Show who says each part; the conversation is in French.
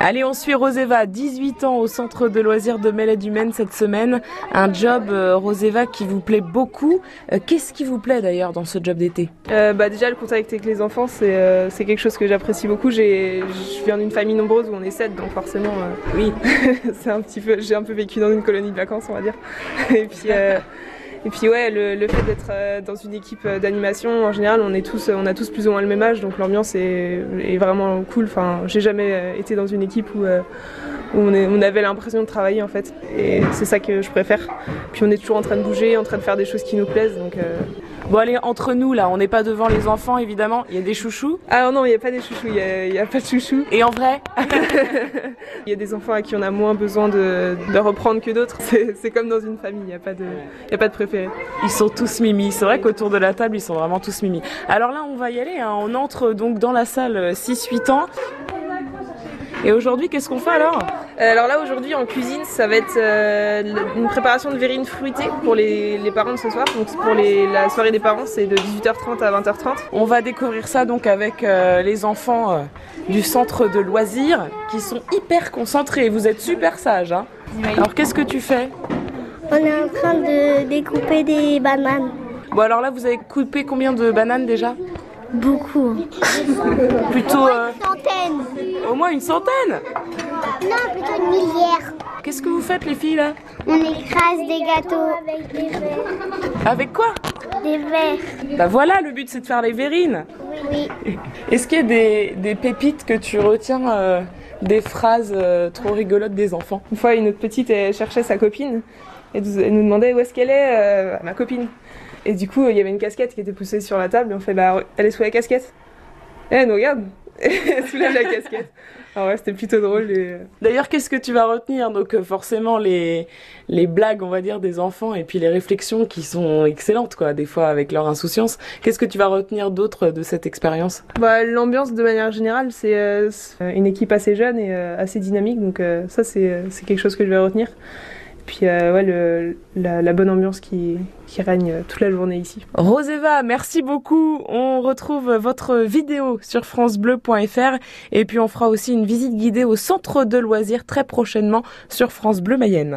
Speaker 1: Allez, on suit Roseva, 18 ans, au centre de loisirs de Mêlée du Maine cette semaine. Un job, euh, Roseva, qui vous plaît beaucoup. Euh, Qu'est-ce qui vous plaît d'ailleurs dans ce job d'été
Speaker 2: Euh, bah déjà le contact avec les enfants c'est euh, c'est quelque chose que j'apprécie beaucoup. J'ai- Je viens d'une famille nombreuse où on est sept donc forcément euh,
Speaker 1: Oui.
Speaker 2: c'est un petit peu j'ai un peu vécu dans une colonie de vacances on va dire. Et puis euh, et puis ouais le, le fait d'être euh, dans une équipe euh, d'animation en général on est tous on a tous plus ou moins le même âge donc l'ambiance est, est vraiment cool. Enfin j'ai jamais euh, été dans une équipe où euh, où on, est- on avait l'impression de travailler en fait et c'est ça que je préfère. Puis on est toujours en train de bouger, en train de faire des choses qui nous plaisent donc euh,
Speaker 1: Bon, allez, entre nous, là, on n'est pas devant les enfants, évidemment. Il y a des chouchous.
Speaker 2: ah non, il n'y a pas des chouchous, il n'y a, il y a pas de chouchous.
Speaker 1: Et en vrai,
Speaker 2: Il y a des enfants à qui on a moins besoin de, de reprendre que d'autres. C'est c'est comme dans une famille, il n'y a, pas de- il y a pas de préféré. Euh,
Speaker 1: Ils sont tous mimi. C'est vrai qu'autour de la table, ils sont vraiment tous mimi. Alors là, on va y aller. hein. On entre donc dans la salle euh, 6-8 ans. Et aujourd'hui, qu'est-ce qu'on fait alors
Speaker 2: Euh, Alors là, aujourd'hui, en cuisine, ça va être euh, l- une préparation de verrine fruitée pour les, les parents de ce soir. Donc pour les- la soirée des parents, c'est de 18h30 à 20h30.
Speaker 1: On va découvrir ça donc avec euh, les enfants euh, du centre de loisirs qui sont hyper concentrés. Vous êtes super sages. hein. alors qu'est-ce que tu fais
Speaker 3: On est en train de découper des bananes.
Speaker 1: Bon alors là, vous avez coupé combien de bananes déjà
Speaker 3: Beaucoup.
Speaker 1: Plutôt euh,
Speaker 3: Centaines.
Speaker 1: au moins une centaine.
Speaker 3: Non, plutôt une millière.
Speaker 1: Qu'est-ce que vous faites les filles là
Speaker 3: On écrase des gâteaux. Avec des verres.
Speaker 1: Avec quoi
Speaker 3: Des verres.
Speaker 1: Bah voilà, le but c'est de faire les verrines.
Speaker 3: Oui.
Speaker 1: Est-ce qu'il y a des, des pépites que tu retiens euh, des phrases euh, trop rigolotes des enfants
Speaker 2: Une fois, une autre petite, elle cherchait sa copine. Et nous- elle nous demandait où est-ce qu'elle est, euh, ma copine. Et du coup, il y avait une casquette qui était poussée sur la table. Et on fait, bah, elle est sous la casquette. Et elle nous regarde. Et elle soulève la casquette. Alors ouais, c'était plutôt drôle. Et... euh,
Speaker 1: D'ailleurs, qu'est-ce que tu vas retenir Donc euh, forcément les, les blagues, on va dire, des enfants et puis les réflexions qui sont excellentes, quoi, des fois avec leur insouciance. Qu'est-ce que tu vas retenir d'autre euh, de cette expérience
Speaker 2: Bah, l'ambiance de manière générale, c'est euh, c'est une équipe assez jeune et euh, assez dynamique, donc euh, ça c'est euh, c'est quelque chose que je vais retenir. Et puis euh, ouais, le- la, la bonne ambiance qui, qui règne euh, toute la journée ici.
Speaker 1: Roseva, merci beaucoup. On retrouve votre vidéo sur francebleu.fr et puis on fera aussi une visite guidée au centre de loisirs très prochainement sur France Bleu Mayenne.